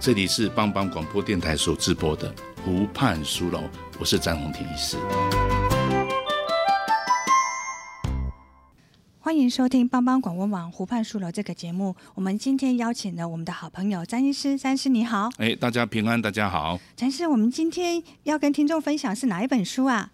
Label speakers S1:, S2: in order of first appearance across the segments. S1: 这里是帮帮广播电台所直播的《湖畔书楼》，我是张宏庭医师。
S2: 欢迎收听帮帮广播网湖畔书楼这个节目。我们今天邀请了我们的好朋友詹医师，詹医师你好，
S1: 哎，大家平安，大家好。
S2: 詹医师，我们今天要跟听众分享是哪一本书啊？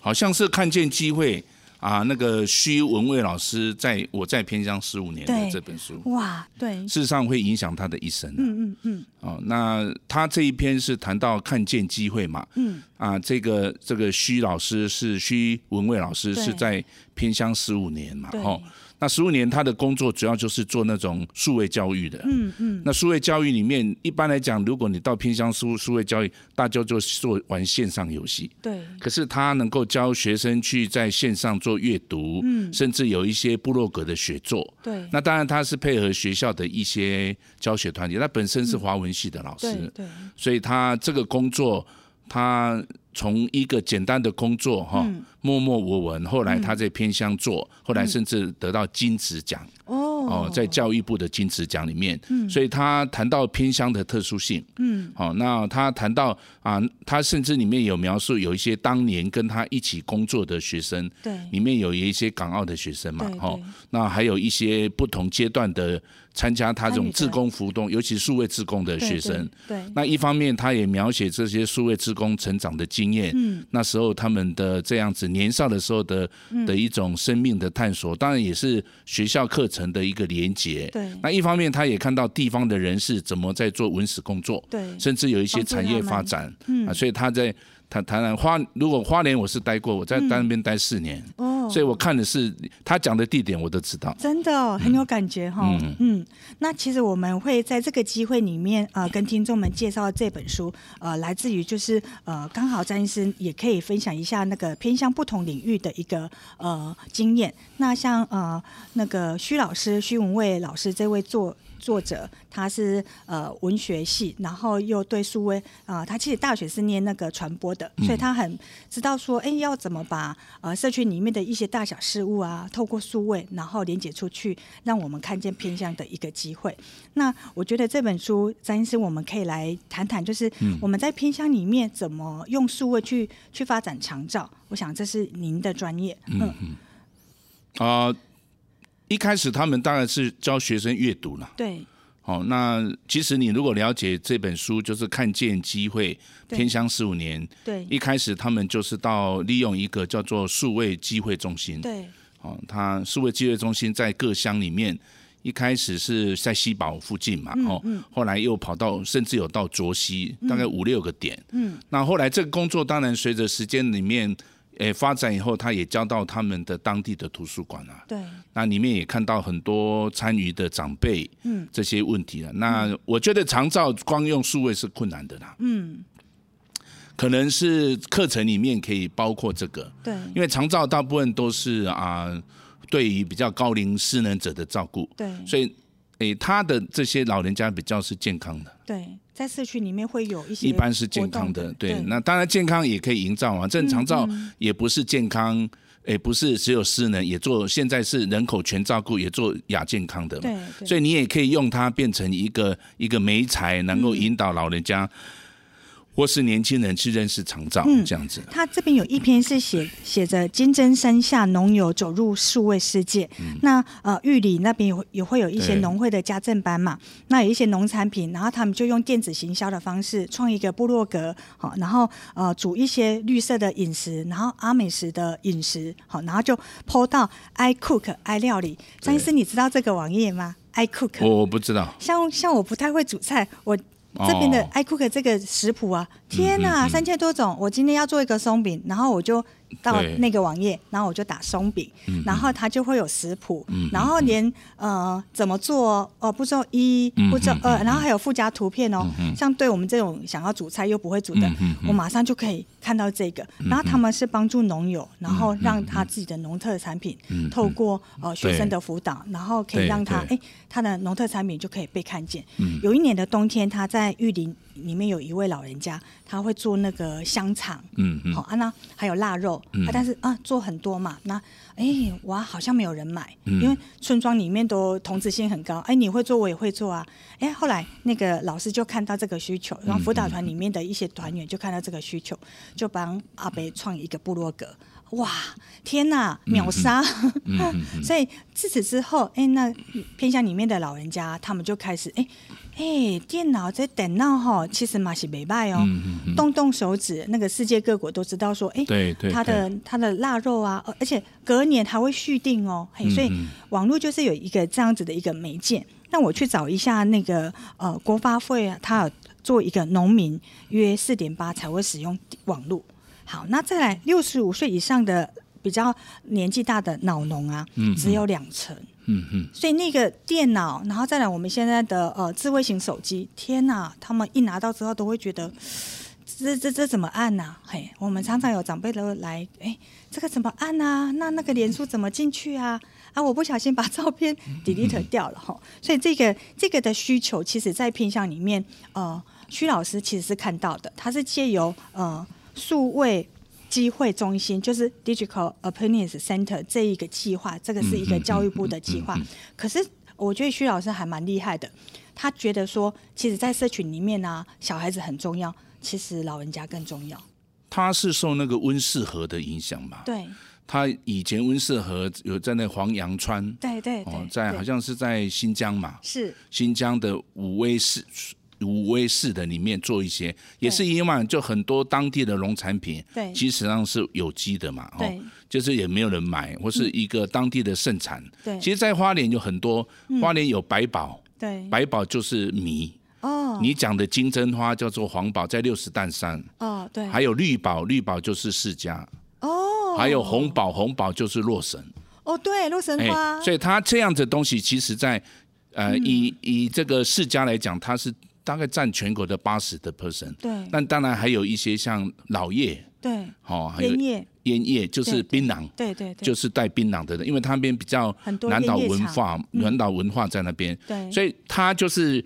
S1: 好像是看见机会啊，那个徐文蔚老师在我在偏乡十五年的
S2: 对
S1: 这本书，
S2: 哇，对，
S1: 事实上会影响他的一生、啊。
S2: 嗯嗯嗯
S1: 哦，那他这一篇是谈到看见机会嘛？
S2: 嗯，
S1: 啊，这个这个徐老师是徐文蔚老师
S2: 对
S1: 是在偏乡十五年嘛？
S2: 对，
S1: 哦，那十五年他的工作主要就是做那种数位教育的。
S2: 嗯嗯，
S1: 那数位教育里面，一般来讲，如果你到偏乡数数位教育，大家就做玩线上游戏。
S2: 对，
S1: 可是他能够教学生去在线上做阅读，
S2: 嗯
S1: 甚至有一些部落格的写作。
S2: 对，
S1: 那当然，他是配合学校的一些教学团体，他本身是华文系的老师，
S2: 嗯对对，
S1: 所以他这个工作，他从一个简单的工作哈，
S2: 嗯
S1: 默默无闻，后来他在偏乡做，后来甚至得到金质奖。
S2: 哦嗯
S1: 哦，在教育部的金质奖里面，所以他谈到偏乡的特殊性，嗯，好、那他谈到啊，他甚至里面有描述有一些当年跟他一起工作的学生，
S2: 对
S1: 里面有一些港澳的学生嘛
S2: 对，
S1: 哦
S2: 对，
S1: 那还有一些不同阶段的参加他这
S2: 参
S1: 种
S2: 与的
S1: 志工活动，尤其数位志工的
S2: 对
S1: 学生，，
S2: 对对，
S1: 那一方面，他也描写这些数位职工成长的经验，嗯，那时候他们的这样子年少的时候的、
S2: 嗯
S1: 的一种生命的探索，当然也是学校课程的一个连结。
S2: 对
S1: 那一方面他也看到地方的人士怎么在做文史工作，
S2: 对
S1: 甚至有一些产业发展，嗯啊，所以他在他谈然花，如果花莲我是待过，我
S2: 嗯
S1: 在那边待四年，
S2: 哦
S1: 所以我看的是他讲的地点我都知道。
S2: 真的哦、很有感觉哈、嗯。那其实我们会在这个机会里面，呃，跟听众们介绍这本书，呃，来自于就是呃，刚好詹医师也可以分享一下那个偏向不同领域的一个呃经验。那像呃那个徐老师，徐文蔚老师这位作作者，他是呃文学系，然后又对数位啊、呃他其实大学是念那个传播的，所以他很知道说，哎，要怎么把呃社区里面的一些大小事物啊，透过数位，然后连接出去，让我们看见偏向的一个机会。那我觉得这本书，詹医师，我们可以来谈谈，就是我们在偏乡里面怎么用数位去去发展长照。我想这是您的专业，嗯，
S1: 啊、一开始他们当然是教学生阅读了。
S2: 对，
S1: 哦，那其实你如果了解这本书，就是看见机会，
S2: 对
S1: 偏乡十五年。
S2: 对，
S1: 一开始他们就是到利用一个叫做数位机会中心，
S2: 对，
S1: 哦，它数位机会中心在各乡里面，一开始是在西堡附近嘛，哦，后来又跑到甚至有到卓西，大概五六个点，嗯，那后来这个工作当然随着时间里面，诶发展以后，他也交到他们的当地的图书馆啊，
S2: 对，
S1: 那里面也看到很多参与的长辈，嗯，这些问题了。那我觉得长照光用数位是困难的啦，嗯，可能是课程里面可以包括这个，
S2: 对，
S1: 因为长照大部分都是啊、对于比较高龄失能者的照顾，
S2: 对，
S1: 所以诶，他的这些老人家比较是健康的，
S2: 对，在社区里面会有一些
S1: 一般是健康
S2: 活
S1: 的
S2: 动，嗯
S1: 对。那当然健康也可以营造啊，正常照也不是健康，也不是只有失能，也做现在是人口全照顾，也做亚健康的嘛。
S2: 对，对
S1: 所以你也可以用它变成一个一个媒材，能
S2: 嗯
S1: 够引导老人家或是年轻人去认识长照
S2: 嗯
S1: 这样子。
S2: 他这边有一篇是写写着“金针山下农友走入数位世界”那呃，玉里那边也会也会有一些
S1: 嗯对
S2: 农会的家政班嘛，那有一些农产品，然后他们就用电子行销的方式创一个部落格，好，然后呃煮一些绿色的饮食，然后阿美食的饮食，好，然后就 PO 到 iCook i 料理。张医师，你知道这个网页吗？iCook
S1: 我我不知道，
S2: 像像我不太会煮菜，我这边的
S1: 哦嗯
S2: iCook 这个食谱啊，天哪，三千多种！我今天要做一个松饼，然后我就到
S1: 对嗯
S2: 那个网页，然后我就打松饼，然后它就会有食谱，然后连呃怎么做哦，步骤一
S1: 嗯、
S2: 步骤
S1: 嗯
S2: 二，
S1: 嗯
S2: 然后还有附加图片哦。像对我们这种想要煮菜又不会煮的
S1: 嗯嗯，嗯
S2: 我马上就可以看到这个。然后他们是帮助农友，然后让他自己的农特产品
S1: 嗯
S2: 透过呃学生
S1: 对
S2: 的辅导，然后可以
S1: 对
S2: 让他
S1: 对
S2: 哎他的农特产品就可以被看见。有一年的冬天，他在玉林里面有一位老人家，他会做那个香肠。
S1: 嗯嗯
S2: 好、啊，那还有腊肉，啊，但是啊做很多嘛，那哎、哇好像没有人买，
S1: 嗯
S2: 因为村庄里面都同质性很高，哎、你会做我也会做啊，哎、后来那个老师就看到这个需求，然后辅导团里面的一些团员就看到这个需求，就帮阿北创一个部落格。哇，天呐，
S1: 嗯
S2: 秒杀！ 所以自此之后，哎、那偏向里面的老人家，他们就开始，哎、哎、电脑这电脑哈，其实嘛是没败哦，动动手指，那个世界各国都知道说，哎、
S1: 嗯对对
S2: 它的它的腊肉啊，呃而且隔年还会续订哦，
S1: 嗯
S2: 嘿，所以网络就是有一个这样子的一个媒介。那我去找一下那个呃国发会啊，它有做一个农民约四点八才会使用网络。好，那再来六十五岁以上的比较年纪大的老农啊，只有两成。
S1: 嗯嗯，
S2: 所以那个电脑，然后再来我们现在的呃智慧型手机，天呐，他们一拿到之后都会觉得，这这这怎么按呐、嘿，我们常常有长辈都来，哎，这个怎么按啊？那那个连书怎么进去啊？啊，我不小心把照片 delete 掉了哈、所以这个这个的需求，其实在偏向里面，呃，徐老师其实是看到的，他是借由呃数位机会中心，就是 Digital Opportunities Center 这一个计划，这个是一个教育部的计划。可是我觉得徐老师还蛮厉害的，他觉得说，其实，在社群里面呢、小孩子很重要，其实老人家更重要。
S1: 他是受那个温室河的影响嘛？
S2: 对，
S1: 他以前温室河有在那黄洋川，
S2: 对对对，
S1: 哦，在
S2: 对
S1: 好像是在新疆嘛，
S2: 是
S1: 新疆的武威市。武威市的里面做一些，也是一样，就很多当地的农产品，
S2: 对
S1: 其实上是有机的嘛，
S2: 对
S1: 哦，就是也没有人买，或是一个当地的盛产。
S2: 对嗯
S1: 其实，在花莲有很多，花莲有百宝，
S2: 对
S1: 百宝就是米，
S2: 嗯哦
S1: 你讲的金针花叫做黄宝，在六十担山，
S2: 哦对
S1: 还有绿宝，绿宝就是释迦，
S2: 哦
S1: 还有红宝，红宝就是洛神。哎
S2: 哦对嗯洛神花、
S1: 所以它这样的东西，其实在呃、以以这个世家来讲，它是大概占全国的八十的 percent。
S2: 对
S1: 但当然还有一些像老叶，
S2: 对
S1: 哦，还有
S2: 烟叶
S1: 烟叶，就是
S2: 对
S1: 槟榔。
S2: 对对对
S1: 就是带槟榔的人，因为他那边比较
S2: 很多
S1: 南岛
S2: 烟叶
S1: 文
S2: 厂嗯
S1: 化，南岛文化在那边，
S2: 对
S1: 所以他就是，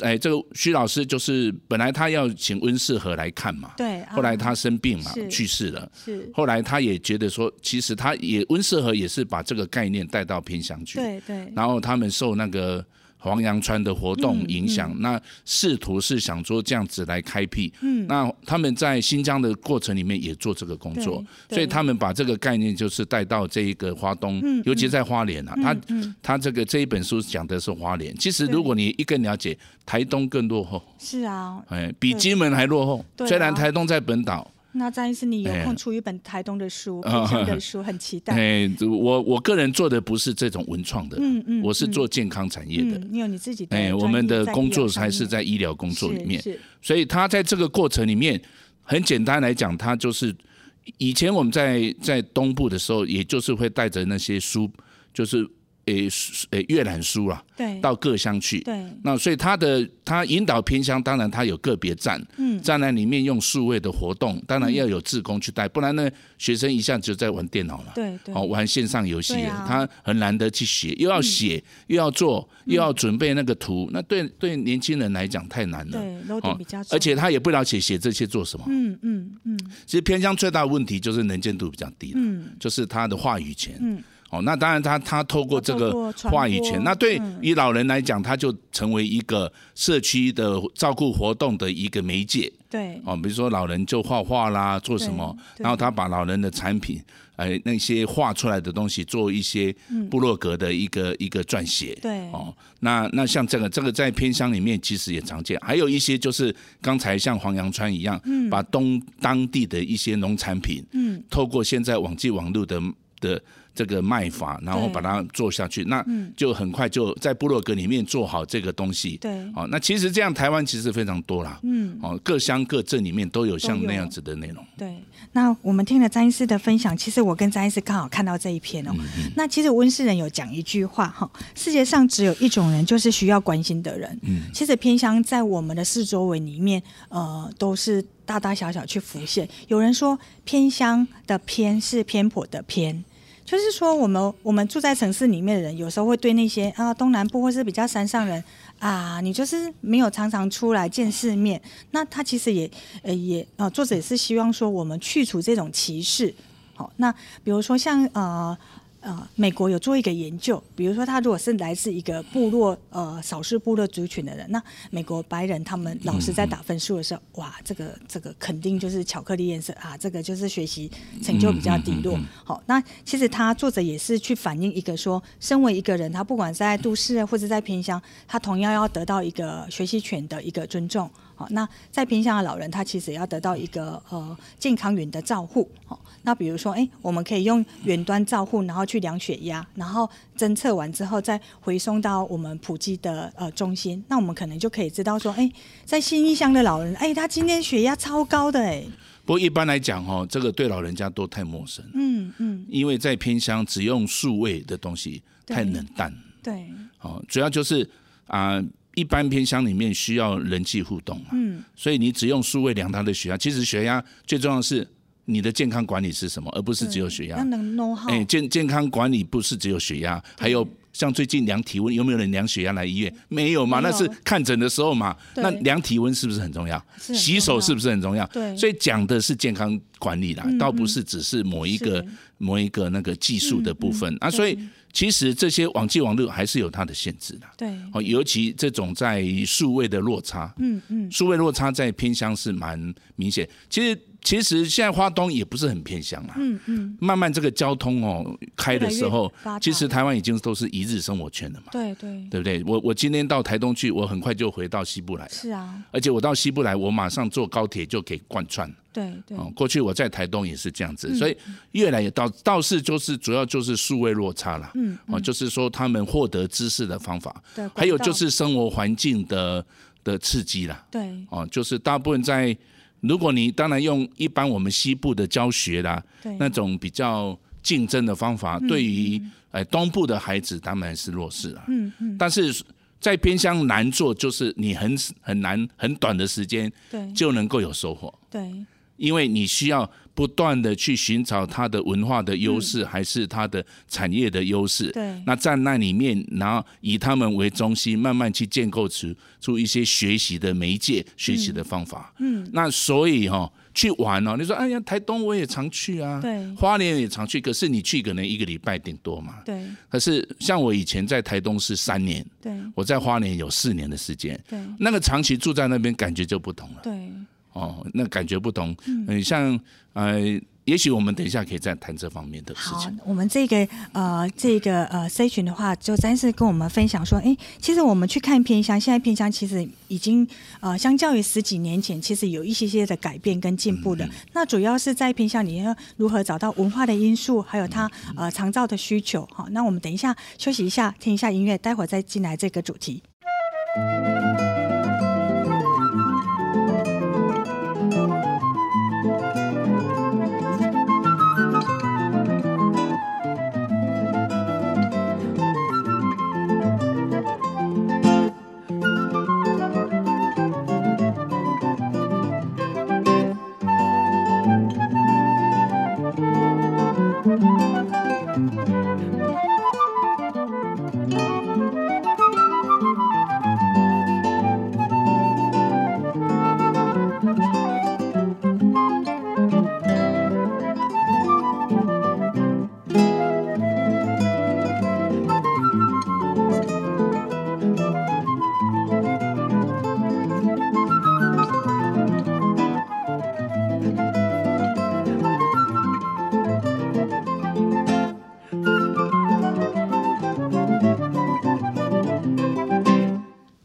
S1: 哎，这个徐老师就是本来他要请温世和来看嘛，
S2: 对啊
S1: 后来他生病嘛
S2: 是，
S1: 去世了，
S2: 是
S1: 后来他也觉得说，其实他也温世和也是把这个概念带到偏乡去，
S2: 对对啊
S1: 然后他们受那个黄洋川的活
S2: 嗯
S1: 动影响，那试图是想说这样子来开辟。嗯，那他们在新疆的过程里面也做这个工作，
S2: 对对
S1: 所以他们把这个概念就是带到这一个花东，
S2: 嗯
S1: 尤其在花莲啊，他他这个这一本书讲的是花莲。其实如果你一更了解，台东更落后，
S2: 是啊，
S1: 哎，比
S2: 对
S1: 金门还落后。
S2: 对啊
S1: 虽然台东在本岛，
S2: 那张医师你有
S1: 哎
S2: 空出一本台东的书，
S1: 啊
S2: 偏向的书很期待。
S1: 哎，我我个人做的不是这种文创的，
S2: 嗯嗯
S1: 我是做健康产业的。
S2: 嗯，你有你自己的专
S1: 哎，
S2: 业在医疗上面，
S1: 我们的工作还是在医疗工作里面，
S2: 是是
S1: 所以他在这个过程里面，很简单来讲，他就是以前我们在在东部的时候，也就是会带着那些书，就是诶书诶阅览书啊，
S2: 对
S1: 到各乡去。
S2: 对
S1: 那所以他的他引导偏乡，当然他有个别站，
S2: 嗯
S1: 站在里面用数位的活动，当然要有志工去带，不然呢，学生一下就在玩电脑了。
S2: 对对
S1: 哦，玩线上游戏
S2: 对
S1: 了，
S2: 啊嗯
S1: 他很难得去写，又要写，又要做，又要准备那个图，那对对年轻人来讲太难了。哦
S2: 对，loading 比较重，
S1: 而且他也不了解写这些做什么。
S2: 嗯嗯嗯，
S1: 其实偏向最大的问题就是能见度比较低了，就是他的话语权。哦，那当然他他透过这
S2: 嗯他透
S1: 个
S2: 过传播嗯
S1: 话语权，那对于老人来讲，他就成为一个社区的照顾活动的一个媒介。
S2: 对
S1: 哦，比如说老人就画画啦，做什么，
S2: 对对
S1: 然后他把老人的产品，呃，那些画出来的东西做一些部落格的一个、一个撰写。
S2: 嗯对
S1: 哦，那那像这个，这个在偏乡里面其实也常见，还有一些就是刚才像黄洋川一样，把
S2: 嗯
S1: 东当地的一些农产品，嗯，透过现在网际网络的的这个卖法，然后
S2: 对
S1: 把它做下去，那
S2: 嗯
S1: 就很快就在部落格里面做好这个东西。
S2: 对
S1: 哦，那其实这样台湾其实非常多啦，
S2: 嗯，
S1: 哦，各乡各镇里面都有像
S2: 都有
S1: 那样子的内容。
S2: 对，那我们听了詹医师的分享，其实我跟詹医师刚好看到这一篇哦。那其实温世仁有讲一句话哈，世界上只有一种人，就是需要关心的人。嗯，其实偏乡在我们的四周围里面，呃，都是大大小小去浮现。有人说偏乡的偏是偏颇的偏。就是说，我们我们住在城市里面的人，有时候会对那些啊东南部或是比较山上人啊，你就是没有常常出来见世面。那他其实也呃也呃，作者也是希望说我们去除这种歧视。好、那比如说像呃。呃，美国有做一个研究，比如说他如果是来自一个部落，呃，少数部落族群的人，那美国白人他们老师在打分数的时候，哇，这个这个肯定就是巧克力颜色啊，这个就是学习成就比较低落。
S1: 嗯嗯嗯嗯
S2: 好，那其实他作者也是去反映一个说，身为一个人，他不管是在都市啊或者在偏乡，他同样要得到一个学习权的一个尊重。好，那在偏乡的老人，他其实也要得到一个呃健康云的照护。好，那比如说，哎，我们可以用远端照护，然后去量血压，然后侦测完之后再回送到我们普及的呃中心。那我们可能就可以知道说，哎，在新义乡的老人，哎，他今天血压超高的，哎，
S1: 不过一般来讲，哦，这个对老人家都太陌生，
S2: 嗯嗯，
S1: 因为在偏乡只用数位的东西
S2: 对
S1: 太冷淡。
S2: 对，
S1: 哦，主要就是啊、一般偏乡里面需要人际互动嘛，
S2: 嗯，
S1: 所以你只用数位量他的血压，其实血压最重要的是你的健康管理是什么，而不是只有血
S2: 要
S1: 压。
S2: 能 know how，、
S1: 哎，健健康管理不是只有血压，还有像最近量体温，有没有人量血压来医院？没有嘛，
S2: 没有
S1: 那是看诊的时候嘛。
S2: 对
S1: 那量体温是不是很重要？
S2: 是很重要
S1: 洗手是不是很重要？
S2: 对
S1: 所以讲的是健康管理啦，
S2: 嗯
S1: 倒不是只是某一个
S2: 是嗯
S1: 某一个那个技术的部分、啊。
S2: 对
S1: 所以其实这些网际网络还是有它的限制的。
S2: 对，
S1: 哦，尤其这种在数位的落差，
S2: 嗯嗯，
S1: 数位落差在偏乡是蛮明显。其实，其实现在花东也不是很偏乡啦。
S2: 嗯嗯，
S1: 慢慢这个交通哦开的时
S2: 越来
S1: 候
S2: 越发达，
S1: 其实台湾已经都是一日生活圈了嘛，
S2: 对对，
S1: 对不对？我我今天到台东去，我很快就回到西部来了。
S2: 是啊，
S1: 而且我到西部来，我马上坐高铁就可以贯穿。
S2: 对对，
S1: 哦，过去我在台东也是这样
S2: 嗯
S1: 子，所以越来越到倒是就是主要就是数位落差啦。
S2: 嗯，
S1: 哦，就是说他们获得知识的方法，
S2: 对，
S1: 还有
S2: 管道
S1: 就是生活环境的的刺激啦，
S2: 对
S1: 哦，就是大部分在，如果你当然用一般我们西部的教学啦，
S2: 对嗯
S1: 那种比较竞争的方法，对于呃东部的孩子当然是弱势啦，
S2: 嗯嗯
S1: 但是在偏乡难做，就是你很很难很短的时间
S2: 对
S1: 就能够有收获，
S2: 对
S1: 因为你需要不断的去寻找它的文化的优势，还是它的产业的优势。
S2: 对
S1: 那在那里面，然后以他们为中心，慢慢去建构出出一些学习的媒介、学习的方法。嗯，那所以哈、哦，去玩哦，你说哎呀，台东我也常去啊，
S2: 对
S1: 花莲也常去，可是你去可能一个礼拜顶多嘛。
S2: 对
S1: 可是像我以前在台东是三年，
S2: 对
S1: 我在花莲有四年的时间，
S2: 对
S1: 那个长期住在那边感觉就不同了。
S2: 对，
S1: 哦，那感觉不同。嗯，像呃，也许我们等一下可以再谈这方面的事
S2: 好
S1: 情。，
S2: 我们这个呃这个呃 C 群的话，就詹是跟我们分享说，哎，其实我们去看偏乡，现在偏乡其实已经呃相较于十几年前，其实有一些些的改变跟进步的。
S1: 嗯
S2: 那主要是在偏乡里面如何找到文化的因素，还有它呃长照的需求。好，那我们等一下休息一下，听一下音乐，待会儿再进来这个主题。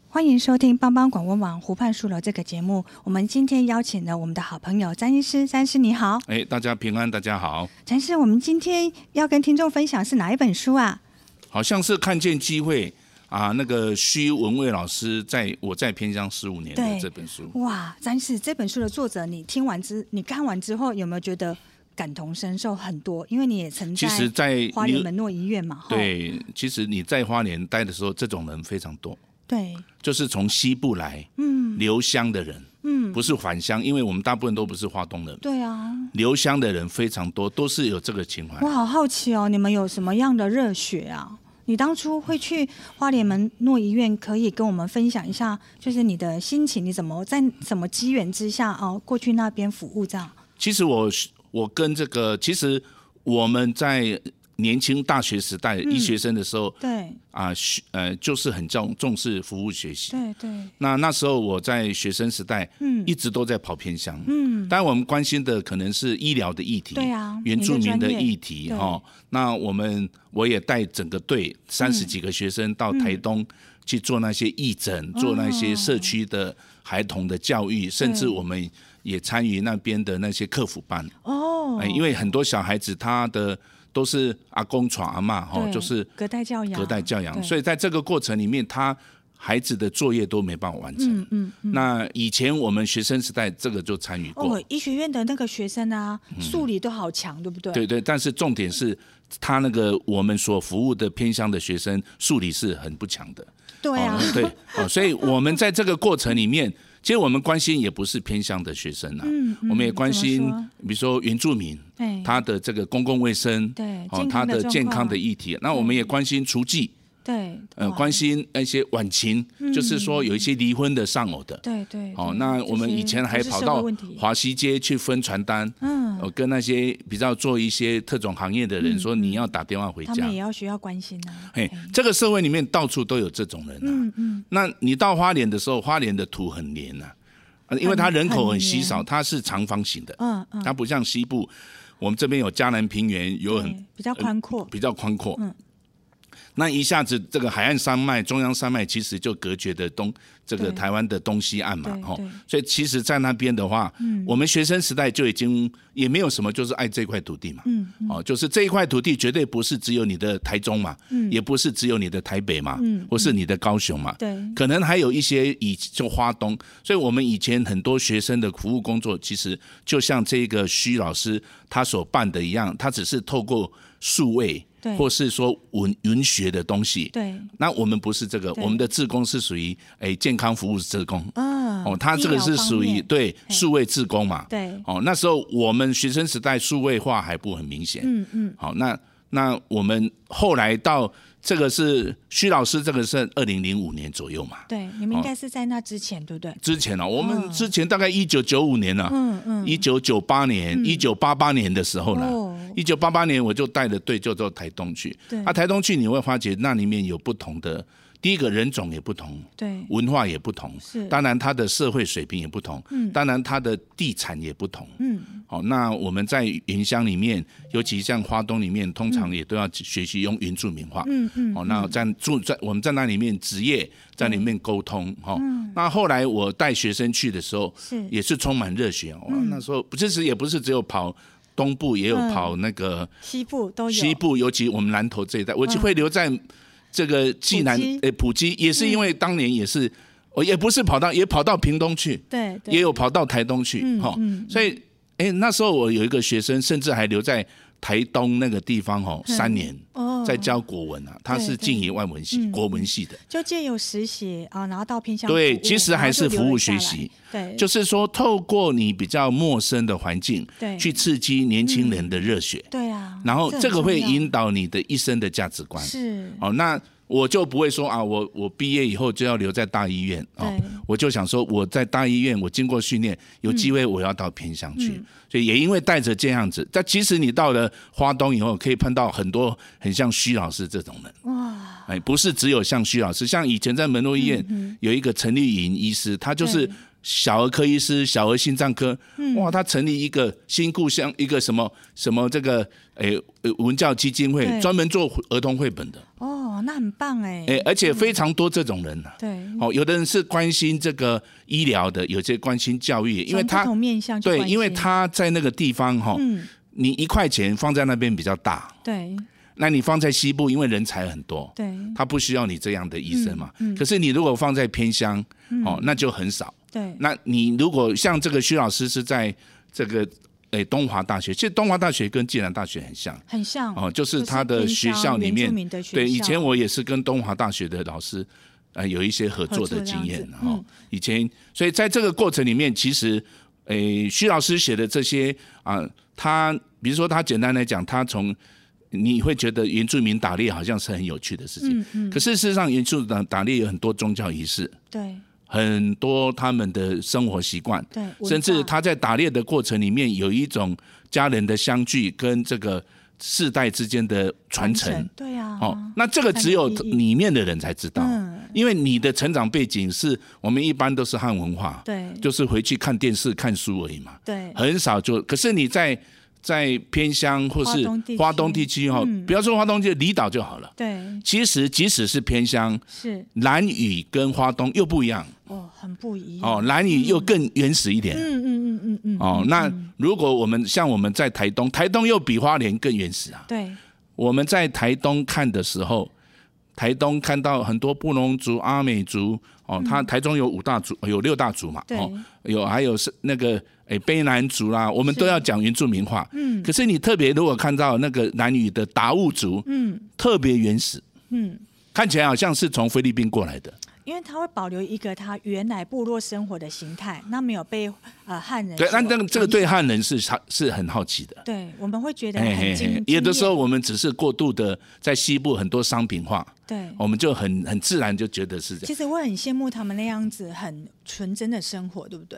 S2: 欢迎收听帮帮广播网湖畔书楼这个节目。我们今天邀请了我们的好朋友詹医师，詹医师你好，
S1: 哎，大家平安，大家好。
S2: 詹医师，我们今天要跟听众分享是哪一本书啊？
S1: 好像是看见机会啊，那个徐文蔚老师在我在偏乡十五年
S2: 对
S1: 的这本书，
S2: 哇，詹医师这本书的作者，你听完之，你看完之后有没有觉得感同身受很多？因为你也曾
S1: 其实
S2: 在
S1: 在你，
S2: 花莲门诺医院嘛，哈，
S1: 对，其实你在花莲待的时候，这种人非常多，
S2: 对，
S1: 就是从西部来，嗯，留乡的人，嗯，不是返乡，因为我们大部分都不是花东人，
S2: 对啊，
S1: 留乡的人非常多，都是有这个情怀
S2: 我。好好奇哦，你们有什么样的热血啊？你当初会去花莲门诺医院，可以跟我们分享一下，就是你的心情，你怎么在什么机缘之下哦，过去那边服务这样？
S1: 其实我是我跟这个，其实我们在年轻大学时代、医学生的时候
S2: 对
S1: 啊，学呃就是很重重视服务学习。
S2: 对对，
S1: 那那时候我在学生时代，嗯，一直都在跑偏乡，嗯，当然我们关心的可能是医疗的议题，
S2: 对啊
S1: 原住民的议
S2: 你
S1: 题
S2: 的专业嗯
S1: 哦。那我们我也带整个队三十几个学生到台东去做那些义诊，做那些社区的孩童的教育，甚至我们也参与那边的那些客服班，
S2: 哦
S1: 哎，因为很多小孩子他的都是阿公传阿妈哈，
S2: 对
S1: 哦就是
S2: 隔代教养，
S1: 隔代教养，
S2: 对
S1: 所以在这个过程里面，他孩子的作业都没办法完成。嗯嗯那以前我们学生时代这个就参与过，嗯
S2: 哦，医学院的那个学生啊，数理都好强，对不对？
S1: 对对，但是重点是他那个我们所服务的偏乡的学生数理是很不强的。
S2: 对啊，
S1: 哦、对，哦，所以我们在这个过程里面，其实我们关心也不是偏向的学生啊，
S2: 嗯嗯
S1: 我们也关心
S2: 怎么说，
S1: 比如说原住民
S2: 对，
S1: 他的这个公共卫生，
S2: 对
S1: 哦
S2: 健，
S1: 他
S2: 康的状况
S1: 健康的议题，那我们也关心除妓，
S2: 对，
S1: 呃，
S2: 哇
S1: 关心那些晚情，就是说有一些离婚的、丧偶的。
S2: 嗯对对
S1: 哦
S2: 对，
S1: 那我们
S2: 这些
S1: 以前还
S2: 都是
S1: 跑
S2: 社会
S1: 到
S2: 问题
S1: 华西街去分传单，
S2: 嗯
S1: 哦，跟那些比较做一些特种行业的人说，你要打电话回
S2: 嗯他
S1: 家
S2: 们也。要需要关心啊，
S1: 嘿，这个社会里面到处都有这种人啊。嗯嗯。那你到花莲的时候，花莲的土很黏呐、啊，因为它人口很稀少，它是长方形的，
S2: 嗯嗯，
S1: 它不像西部，我们这边有嘉南平原，有
S2: 对
S1: 很
S2: 比较宽阔，嗯
S1: 比较宽阔。那一下子，这个海岸山脉、中央山脉其实就隔绝的东这个
S2: 对
S1: 台湾的东西岸嘛
S2: 对，
S1: 吼
S2: 对，嗯
S1: 所以其实，在那边的话，我们学生时代就已经也没有什么，就是爱这块土地嘛，
S2: 嗯
S1: 哦，就是这一块土地绝对不是只有你的台中嘛，
S2: 嗯
S1: 也不是只有你的台北嘛，或是你的高雄嘛，
S2: 对
S1: 可能还有一些以就花东，所以我们以前很多学生的服务工作，其实就像这个徐老师他所办的一样，他只是透过数位
S2: 对，
S1: 或是说文文学的东西。
S2: 对，
S1: 那我们不是这个，
S2: 对
S1: 我们的志工是属于诶健康服务志工。
S2: 嗯，
S1: 哦，他这个是属于
S2: 医疗方面
S1: 对数位志工嘛？
S2: 对
S1: 哦，那时候我们学生时代数位化还不很明显。嗯嗯。好，那那我们后来到这个是徐老师，这个是二零零五年左右嘛？
S2: 对，你们应该是在那之前，对不对？
S1: 之前哦，我们之前大概一九九五年了、嗯嗯，一九九八年、一九八八年的时候
S2: 哦
S1: 了，一九八八年我就带着队就到台东去
S2: 对，
S1: 啊，台东去你会发觉那里面有不同的，第一个人种也不同，
S2: 对，
S1: 文化也不同，
S2: 是
S1: 当然它的社会水平也不同，嗯，当然它的地产也不同，嗯，好、那我们在原乡里面，尤其像花东里面，通常也都要学习用原住民话，嗯嗯，哦，那在住在我们在那里面职业，在里面沟通，哈、哦，
S2: 嗯
S1: 那后来我带学生去的时候，
S2: 是
S1: 也是充满热血，哇，那时候其实也不是只有跑东部，也有
S2: 嗯
S1: 跑那个
S2: 西部都有，嗯
S1: 西部，尤其我们南投这一带，我就会留在这个济南
S2: 普吉嗯
S1: 诶普吉，也是因为当年也是，我也不是跑到也跑到屏东去，
S2: 对，对嗯
S1: 也有跑到台东去哈、所以诶那时候我有一个学生，甚至还留在台东那个地方哦三年，
S2: 哦，嗯
S1: 在教国文啊，他是进行外文系、国文系的，
S2: 就借由实习啊，然后到偏向
S1: 对
S2: 服务
S1: 其实还是服务学，习
S2: 然后就留了下来对，
S1: 就是说透过你比较陌生的环境，
S2: 对
S1: 去刺激年轻人的热血，
S2: 对啊，
S1: 然后
S2: 很
S1: 这个会
S2: 重要
S1: 引导你的一生的价值观，
S2: 是
S1: 哦，那我就不会说啊，我我毕业以后就要留在大医院哦
S2: 对，
S1: 我就想说我在大医院，我经过训练，有机
S2: 嗯
S1: 会我要到偏乡去，所以也因为带着这样子，但即使你到了花东以后，可以碰到很多很像徐老师这种人，
S2: 哇，嗯
S1: 哎，不是只有像徐老师，像以前在门诺医院、有一个陈丽颖医师，他就是
S2: 对嗯
S1: 小儿科医师、小儿心脏科，哇，他成立一个新故乡一个什么什么这个哎呃文教基金会
S2: 对，
S1: 专门做儿童绘本的。
S2: 哦，那很棒哎、
S1: 哎，而且非常多这种人呢、
S2: 对，
S1: 哦，有的人是关心这个医疗的，有些关心教育，因为
S2: 从
S1: 他
S2: 不同面向去
S1: 对，
S2: 关
S1: 因为
S2: 心
S1: 他在那个地方哈、
S2: 嗯
S1: 你一块钱放在那边比较大，
S2: 对
S1: 那你放在西部，因为人才很多，
S2: 对
S1: 他不需要你这样的医生嘛。
S2: 嗯
S1: 可是你如果放在偏乡，哦，那就很少。
S2: 对
S1: 那你如果像这个徐老师是在这个诶东华大学，其实东华大学跟暨南大学很像。
S2: 很像
S1: 哦，就是
S2: 就是
S1: 他的
S2: 偏
S1: 学
S2: 乡
S1: 校里
S2: 原住
S1: 面
S2: 民的，学
S1: 对，以
S2: 校
S1: 前我也是跟东华大学的老师，呃，有一些合作的经验
S2: 合作这样子嗯
S1: 哦。以前，所以在这个过程里面，其实，诶，徐老师写的这些啊、他比如说他简单来讲，他从你会觉得原住民打猎好像是很有趣的事情，
S2: 嗯
S1: 可是事实上，原住民打打猎有很多宗教仪式，
S2: 对
S1: 很多他们的生活习惯，
S2: 对，文
S1: 甚至
S2: 化
S1: 他在打猎的过程里面有一种家人的相聚跟这个世代之间的传承。
S2: 对啊，
S1: 哦，那这个只有
S2: 传承意义
S1: 里面的人才知道，
S2: 嗯
S1: 因为你的成长背景是我们一般都是汉文化，
S2: 对
S1: 就是回去看电视、看书而已嘛，
S2: 对
S1: 很少就。可是你在在偏乡或
S2: 华
S1: 是
S2: 东地区
S1: 华东地区哈、哦，
S2: 嗯
S1: 不要说华东地区，离岛就好了。
S2: 对
S1: 其实即使是偏乡，
S2: 是
S1: 兰屿跟花东又不一样
S2: 哦，很不一样
S1: 哦，兰屿又更原始一点。
S2: 嗯嗯嗯嗯嗯，
S1: 哦，那如果我们像我们在台东，台东又比花莲更原始啊。
S2: 对
S1: 我们在台东看的时候，台东看到很多布农族、阿美族哦，他台中有五大族，有六大族嘛，
S2: 嗯对
S1: 哦，有还有是那个诶卑南族啦，我们
S2: 是
S1: 都要讲原住民话。
S2: 嗯
S1: 可是你特别如果看到那个南语的达悟族，
S2: 嗯
S1: 特别原始，
S2: 嗯，
S1: 看起来好像是从菲律宾过来的。
S2: 因为他会保留一个他原来部落生活的形态，那没有被呃汉人
S1: 对，那
S2: 所
S1: 那个这个
S2: 影
S1: 对汉人是他是很好奇的。
S2: 对，我们会觉得
S1: 哎嘿
S2: 很
S1: 嘿
S2: 惊
S1: 嘿，有的
S2: 惊
S1: 时候
S2: 艳
S1: 我们只是过度的在西部很多商品化，
S2: 对。
S1: 我们就很很自然就觉得是这样。
S2: 其实我很羡慕他们那样子很纯真的生活，对不对？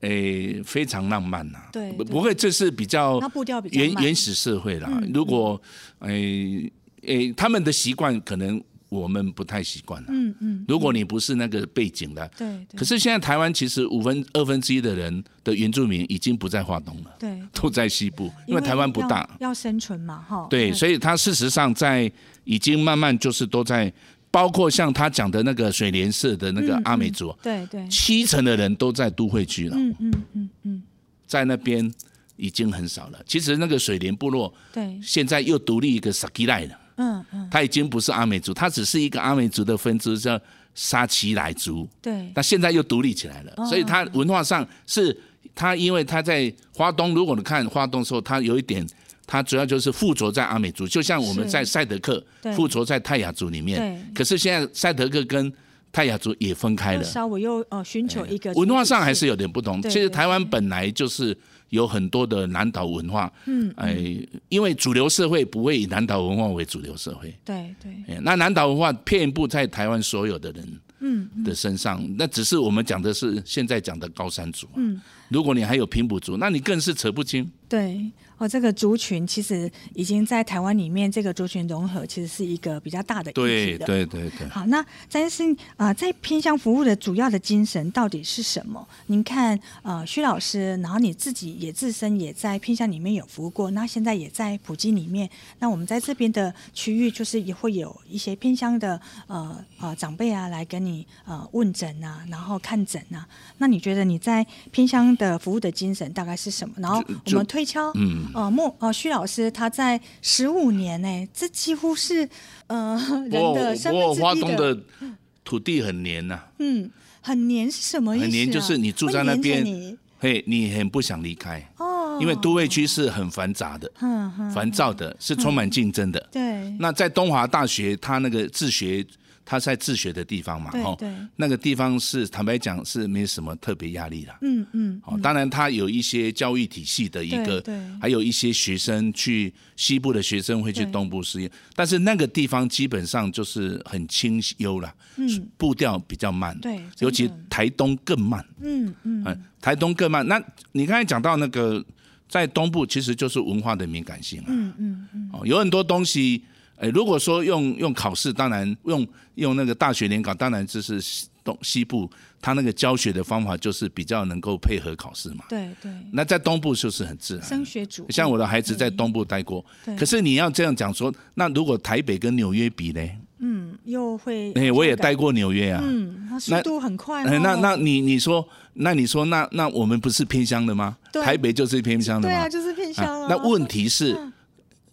S1: 诶，哎非常浪漫呐、
S2: 对
S1: 不
S2: 对
S1: 不会，这是比较
S2: 那步调比较
S1: 原
S2: 慢嗯
S1: 原始社会啦。如果诶诶，他们的习惯可能我们不太习惯了。
S2: 嗯嗯，
S1: 如果你不是那个背景的，
S2: 对对
S1: 可是现在台湾其实五分二分之一的人的原住民已经不在华东了，
S2: 对，
S1: 都在西部，因为台湾不
S2: 要
S1: 大。
S2: 要生存嘛，哈。
S1: 对，所以他事实上在已经慢慢就是都在，包括像他讲的那个水莲社的那
S2: 嗯
S1: 个阿美族，
S2: 对对，
S1: 七成的人都在都会区了，
S2: 嗯嗯嗯嗯，
S1: 在那边已经很少了。其实那个水莲部落
S2: 对，
S1: 现在又独立一个萨基赖了，
S2: 嗯嗯
S1: 他已经不是阿美族，他只是一个阿美族的分支叫沙奇莱族，
S2: 对
S1: 那现在又独立起来
S2: 哦
S1: 了，所以他文化上是。他因为他在花东，如果你看花东的时候，他有一点，他主要就是附着在阿美族，就像我们
S2: 是
S1: 在赛德克
S2: 对
S1: 附着在泰雅族里面。
S2: 对
S1: 可是现在赛德克跟泰雅族也分开
S2: 又
S1: 了，哎
S2: 稍微又呃寻求一个
S1: 文化
S2: 主体
S1: 上还
S2: 性
S1: 是有点不同。
S2: 对
S1: 其实
S2: 对
S1: 台湾本来就是有很多的南岛文化，嗯，哎，因为主流社会不会以南岛文化为主流社会，
S2: 对对
S1: 哎，那南岛文化遍布在台湾所有的人。嗯，的身上，那只是我们讲的是现在讲的高山族、嗯，如果你还有平埔族，那你更是扯不清。
S2: 对哦，这个族群其实已经在台湾里面，这个族群融合其实是一个比较大的议题
S1: 对
S2: 的。
S1: 对对对，
S2: 好，那詹是啊，在偏向服务的主要的精神到底是什么？您看，呃，徐老师，然后你自己也自身也在偏向里面有服务过，那现在也在普及里面。那我们在这边的区域，就是也会有一些偏向的呃呃长辈啊，来跟你呃问诊啊，然后看诊啊。那你觉得你在偏向的服务的精神大概是什么？然后我
S1: 就
S2: 们推敲，
S1: 嗯
S2: 呃，莫呃徐老师他在十五年呢、这几乎是呃人
S1: 不过
S2: 的三嗯
S1: 不
S2: 分
S1: 过
S2: 之
S1: 花
S2: 一
S1: 东的土地很黏呐、
S2: 嗯，很黏是什么意思、啊？
S1: 很黏就是你住在
S2: 会
S1: 那
S2: 黏着
S1: 边
S2: 你
S1: 嘿，你很不想离开，
S2: 哦，
S1: 因为都会区是很繁杂的、
S2: 嗯哼，
S1: 烦躁的，是充满竞争的。
S2: 对，
S1: 那在东华大学，他那个自学，他在自学的地方嘛，
S2: 对
S1: 哦
S2: 对，
S1: 那个地方是坦白讲是没什么特别压力啦。
S2: 嗯嗯，
S1: 哦，当然他有一些教育体系的一个
S2: 对对，
S1: 还有一些学生去西部的学生会去
S2: 对
S1: 东部实验，但是那个地方基本上就是很清幽啦，
S2: 嗯
S1: 步调比较慢，
S2: 对真的
S1: 尤其台东更慢，
S2: 嗯嗯，
S1: 嗯，台东更慢。那你刚才讲到那个在东部，其实就是文化的敏感性啊，嗯嗯，哦，有很多东西，呃，如果说用用考试，当然用用那个大学联考，当然就是西东西部它那个教学的方法就是比较能够配合考试嘛。
S2: 对对，
S1: 那在东部就是很自然
S2: 升，学主义
S1: 像我的孩子在东部待过
S2: 对，
S1: 可是你要这样讲说，那如果台北跟纽约比呢？嗯，
S2: 又会
S1: 哎、我也待过纽约啊。
S2: 嗯，那速
S1: 那
S2: 度很快
S1: 哎
S2: 哦。
S1: 那那你你说，那你说，那那我们不是偏乡的吗？
S2: 对
S1: 台北就是偏乡的
S2: 对
S1: 吗？
S2: 啊，就是偏向啊。
S1: 嗯那问题是，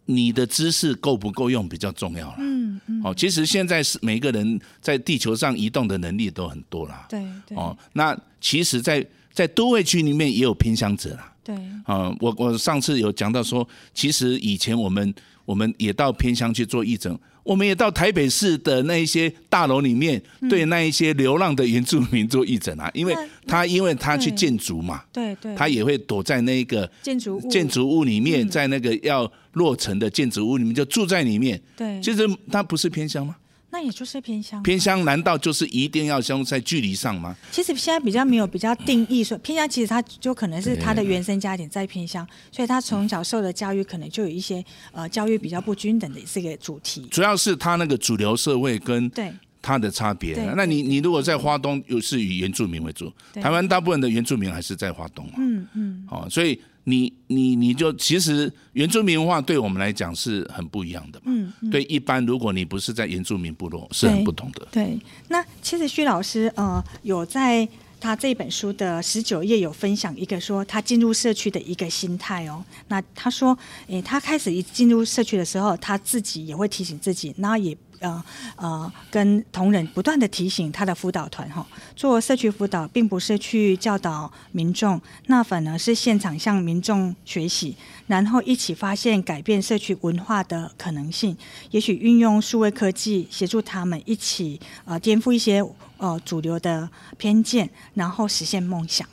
S1: 你的知识够不够用比较重要了。
S2: 嗯嗯，
S1: 哦，其实现在是每一个人在地球上移动的能力都很多啦。
S2: 对对
S1: 哦，那其实在，在都会区里面也有偏乡者啦。
S2: 对，
S1: 啊、我我上次有讲到说，其实以前我们我们也到偏乡去做义诊，我们也到台北市的那一些大楼里面，对那一些流浪的原住民做义诊啊，因为
S2: 嗯那
S1: 他因为他去
S2: 对
S1: 建筑嘛，
S2: 对对，
S1: 他也会躲在那个
S2: 建筑物嗯
S1: 建筑物里面，在那个要落成的建筑物里面就住在里面。
S2: 对，
S1: 其实它不是偏乡吗？
S2: 那也就是偏向。
S1: 偏乡难道就是一定要相在距离上吗？
S2: 其实现在比较没有比较定义说偏向，其实他就可能是他的原生家庭在偏向，所以他从小受的教育可能就有一些呃教育比较不均等的这个主题。
S1: 主要是它那个主流社会跟
S2: 对
S1: 它的差别
S2: 对。
S1: 那你你如果在花东，又是以原住民为主，
S2: 对
S1: 台湾大部分的原住民还是在花东嘛。
S2: 嗯嗯，
S1: 哦，所以你你你就其实原住民文化对我们来讲是很不一样的嘛。嗯，对，一般如果你不是在原住民部落，是很
S2: 对
S1: 不同的。
S2: 对。那其实薛老师呃有在他这本书的十九页有分享一个说他进入社区的一个心态哦。那他说，诶，他开始一进入社区的时候，他自己也会提醒自己，然后也。呃呃，跟同仁不断的提醒他的辅导团哈、做社区辅导并不是去教导民众，那反而是现场向民众学习，然后一起发现改变社区文化的可能性。也许运用数位科技协助他们一起呃颠覆一些呃主流的偏见，然后实现梦想。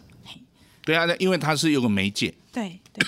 S1: 对啊，那因为它是有个媒介，
S2: 对对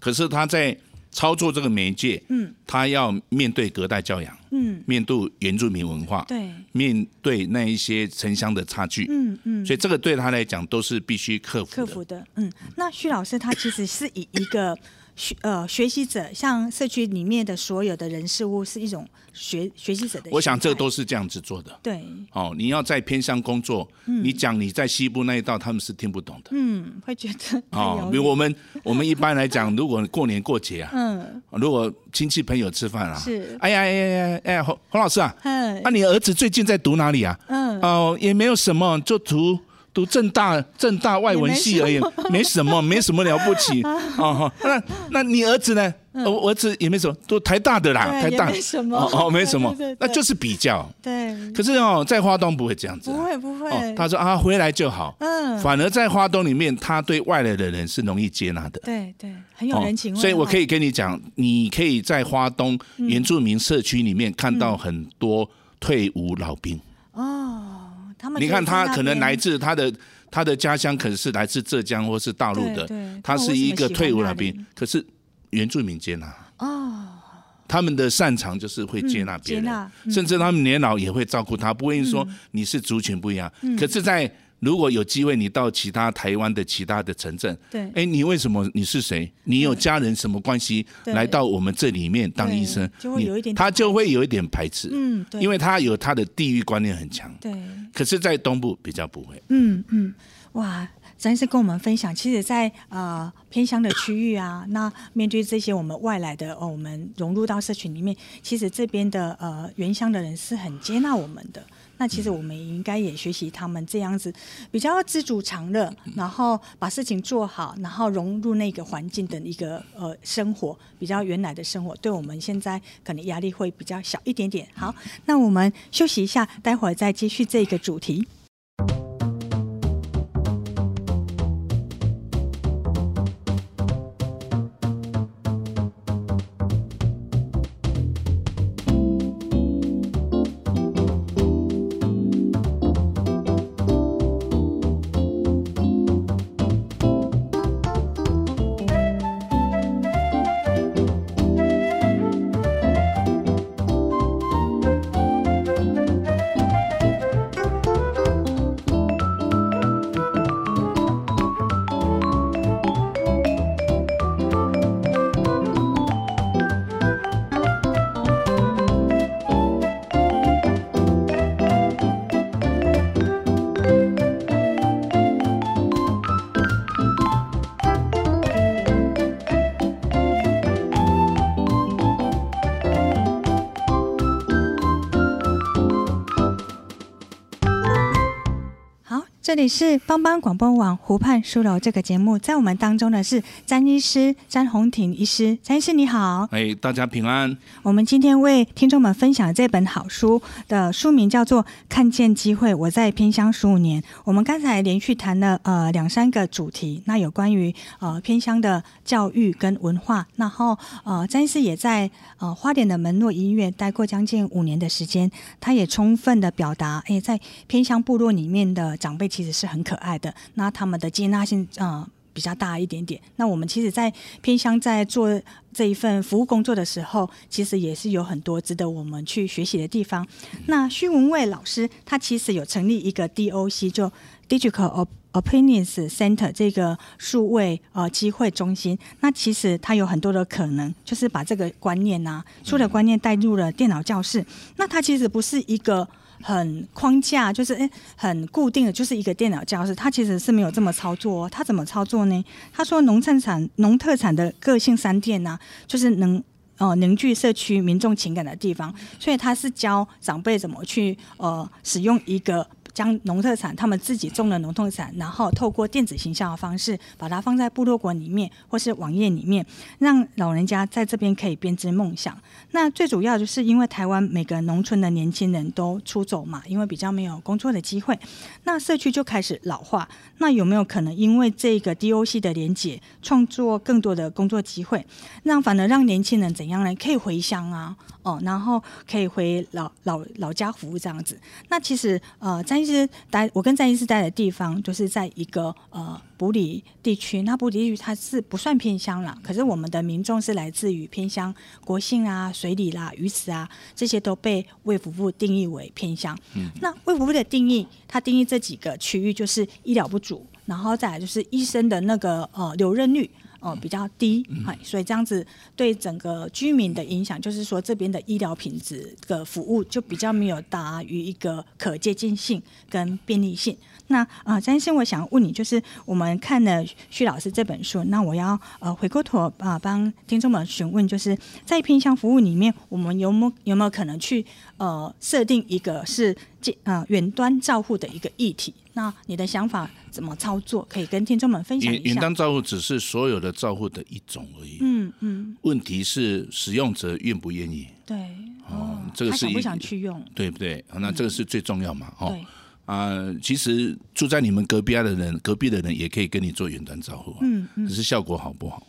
S1: 可是他在操作这个媒介，嗯，他要面对隔代教养，
S2: 嗯，
S1: 面对原住民文化，，
S2: 对，
S1: 面对那一些城乡的差距，
S2: 嗯嗯。
S1: 所以这个对他来讲都是必须克服
S2: 克
S1: 的。
S2: 服的，嗯，那徐老师他其实是以一个学呃学习者，像社区里面的所有的人事物是一种学学习者的心态，
S1: 我想这都是这样子做的。
S2: 对，
S1: 哦，你要在偏乡工作，你讲你在西部那一道，他们是听不懂的。
S2: 嗯，会觉得太
S1: 哦，
S2: 遥
S1: 比
S2: 远
S1: 如我们我们一般来讲， 如果过年过节啊，
S2: 嗯
S1: 如果亲戚朋友吃饭啊，
S2: 是
S1: 哎呀哎呀哎呀哎呀，洪洪老师啊，
S2: 嗯
S1: 那、你儿子最近在读哪里啊？
S2: 嗯
S1: 哦，也没有什么，就读读正大正大外文系而已，没什 么，没什么了不起。哦，那那你儿子呢？哦我儿子也没什么，读台大的啦，台
S2: 嗯对
S1: 大
S2: 也没什么
S1: 哦哦，没什么
S2: 对对对，
S1: 那就是比较。
S2: 对，
S1: 可是哦，在花东不会这样子啊、
S2: 不会不会，
S1: 哦，他说啊，回来就好。
S2: 嗯
S1: 反而在花东里面，他对外来的人是容易接纳的。哦
S2: 对对，很有人情味、
S1: 所以我可
S2: 以，
S1: 以跟你讲，你可以在花东
S2: 嗯
S1: 原住民社区里面看到很多退伍老兵。
S2: 哦他们
S1: 你看
S2: 就是在
S1: 他
S2: 那
S1: 可能
S2: 边
S1: 来自他的他的家乡，可能是来自浙江或是大陆
S2: 对
S1: 的
S2: 对，
S1: 他是一个退伍老
S2: 他
S1: 兵
S2: 们，
S1: 可是原住民接纳哦，他们的擅长就是会接纳别
S2: 嗯接
S1: 人
S2: 纳，嗯
S1: 甚至他们年老也会照顾他，不会说你是族群不一样。
S2: 嗯
S1: 可是，在如果有机会你到其他台湾的其他的城镇，
S2: 对
S1: 哎，你为什么你是谁？你有家人什么关系
S2: 对
S1: 来到我们这里面当医生
S2: 对就，会
S1: 你
S2: 有一点
S1: 他就会有一点排斥，
S2: 嗯对
S1: 因为他有他的地域观念很强，
S2: 对，
S1: 可是，在东部比较不会。
S2: 嗯嗯，哇。詹是跟我们分享，其实在，呃偏乡的区域啊，那面对这些我们外来的，哦，我们融入到社群里面，其实这边的呃原乡的人是很接纳我们的。那其实我们也应该也学习他们这样子，比较知足常乐，然后把事情做好，然后融入那个环境的一个呃生活，比较原来的生活，对我们现在可能压力会比较小一点点。好，那我们休息一下，待会儿再继续这个主题。这里是帮帮广播网湖畔书楼这个节目，在我们当中的是詹医师詹红婷医师，詹医师你好。
S1: 哎，大家平安。
S2: 我们今天为听众们分享这本好书的书名叫做《看见机会》，我在偏乡十五年。我们刚才连续谈了呃两三个主题，那有关于呃偏乡的教育跟文化，然后呃詹医师也在呃花莲的门诺医院待过将近五年的时间，他也充分的表达，哎，在偏乡部落里面的长辈其实是很可爱的，那他们的接纳性呃比较大一点点。那我们其实，在偏乡在做这一份服务工作的时候，其实也是有很多值得我们去学习的地方。那徐文蔚老师他其实有成立一个 DOC，就 Digital Op- Opinions Center 这个数位呃机会中心。那其实它有很多的可能，就是把这个观念呐、书的观念带入了电脑教室。那它其实不是一个。很框架，就是诶很固定的，就是一个电脑教室。它其实是没有这么操作、哦，它怎么操作呢？他说农特产农特产的个性商店呐、就是能。呃，凝聚社区民众情感的地方，所以他是教长辈怎么去呃使用一个将农特产他们自己种的农特产，然后透过电子形象的方式，把它放在部落馆里面或是网页里面，让老人家在这边可以编织梦想。那最主要就是因为台湾每个农村的年轻人都出走嘛，因为比较没有工作的机会，那社区就开始老化。那有没有可能因为这个 DOC 的连结，创作更多的工作机会，让反而让年轻人怎样呢？可以回乡啊，哦，然后可以回老老老家服务这样子。那其实呃，詹医师待我跟詹医师待的地方，就是在一个呃埔里地区。那埔里地区它是不算偏乡啦，可是我们的民众是来自于偏乡，国姓啊、水里啦、鱼池啊，这些都被卫福部定义为偏乡。那卫福部的定义，它定义这几个区域就是医疗不足，然后再来就是医生的那个呃留任率。哦，比较低，
S1: 嗯
S2: 哎、所以这样子对整个居民的影响，就是说这边的医疗品质的服务就比较没有达于一个可接近性跟便利性。那啊，詹、先生，我想问你，就是我们看了徐老师这本书，那我要呃回过头啊，帮听众们询问，就是在偏向服务里面，我们有没有有没有可能去呃设定一个是这呃远端照护的一个议题？那你的想法怎么操作？可以跟听众们分享
S1: 远
S2: 一
S1: 远
S2: 下。
S1: 端照护只是所有的照护的一种而已。
S2: 嗯嗯，
S1: 问题是使用者愿不愿意，
S2: 对，
S1: 哦这个
S2: 他
S1: 是
S2: 想不
S1: 一
S2: 想去用？
S1: 对不对？哦那这个是最重要嘛，哦。
S2: 对，
S1: 啊、其实住在你们隔壁的人，隔壁的人也可以跟你做远端照护、啊，
S2: 嗯
S1: 只是效果好不好？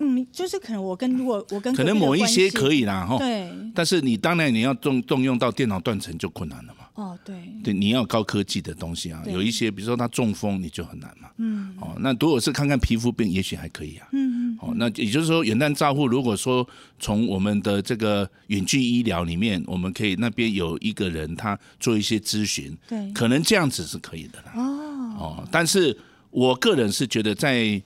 S2: 嗯，就是可能我跟如果我跟
S1: 可能某一些可
S2: 以，
S1: 以啦，哈。
S2: 对，
S1: 但是你当然你要动动用到电脑断层就困难了嘛，
S2: 哦对，
S1: 对，你要高科技的东西啊，
S2: 对
S1: 有一些比如说他中风你就很难嘛，嗯，哦，那如果是看看皮肤病，也许还可以啊，
S2: 嗯
S1: 哦，那也就是说，元旦照护如果说从我们的这个远距医疗里面，我们可以那边有一个人他做一些咨询，
S2: 对，
S1: 可能这样子是可以的啦。哦，但是我个人是觉得在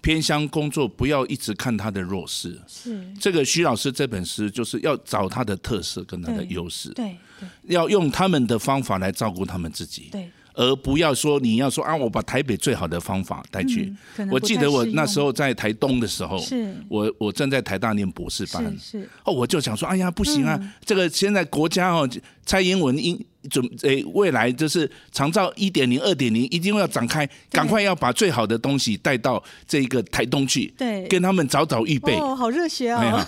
S1: 偏乡工作不要一直看他的弱势。
S2: 是，
S1: 这个徐老师这本书就是要找他的特色跟他的
S2: 对
S1: 优势，
S2: 对对
S1: 要用他们的方法来照顾他们自己，
S2: 对，
S1: 而不要说你要说啊，我把台北最好的方法带去
S2: 嗯可。能
S1: 我
S2: 不
S1: 记
S2: 太
S1: 得我
S2: 适
S1: 那
S2: 用
S1: 时候在台东的时候，
S2: 是
S1: 我我正在台大念博士班
S2: 是，嗯是，
S1: 哦，我就想说，哎呀，不行啊，这个现在国家哦，蔡英文应准诶，未来就是长照一点零、二点零一定要展开，赶快要把最好的东西带到这个台东去，
S2: 对
S1: 跟他们早早预备。
S2: 哦，好热血
S1: 哎
S2: 哦
S1: 呀，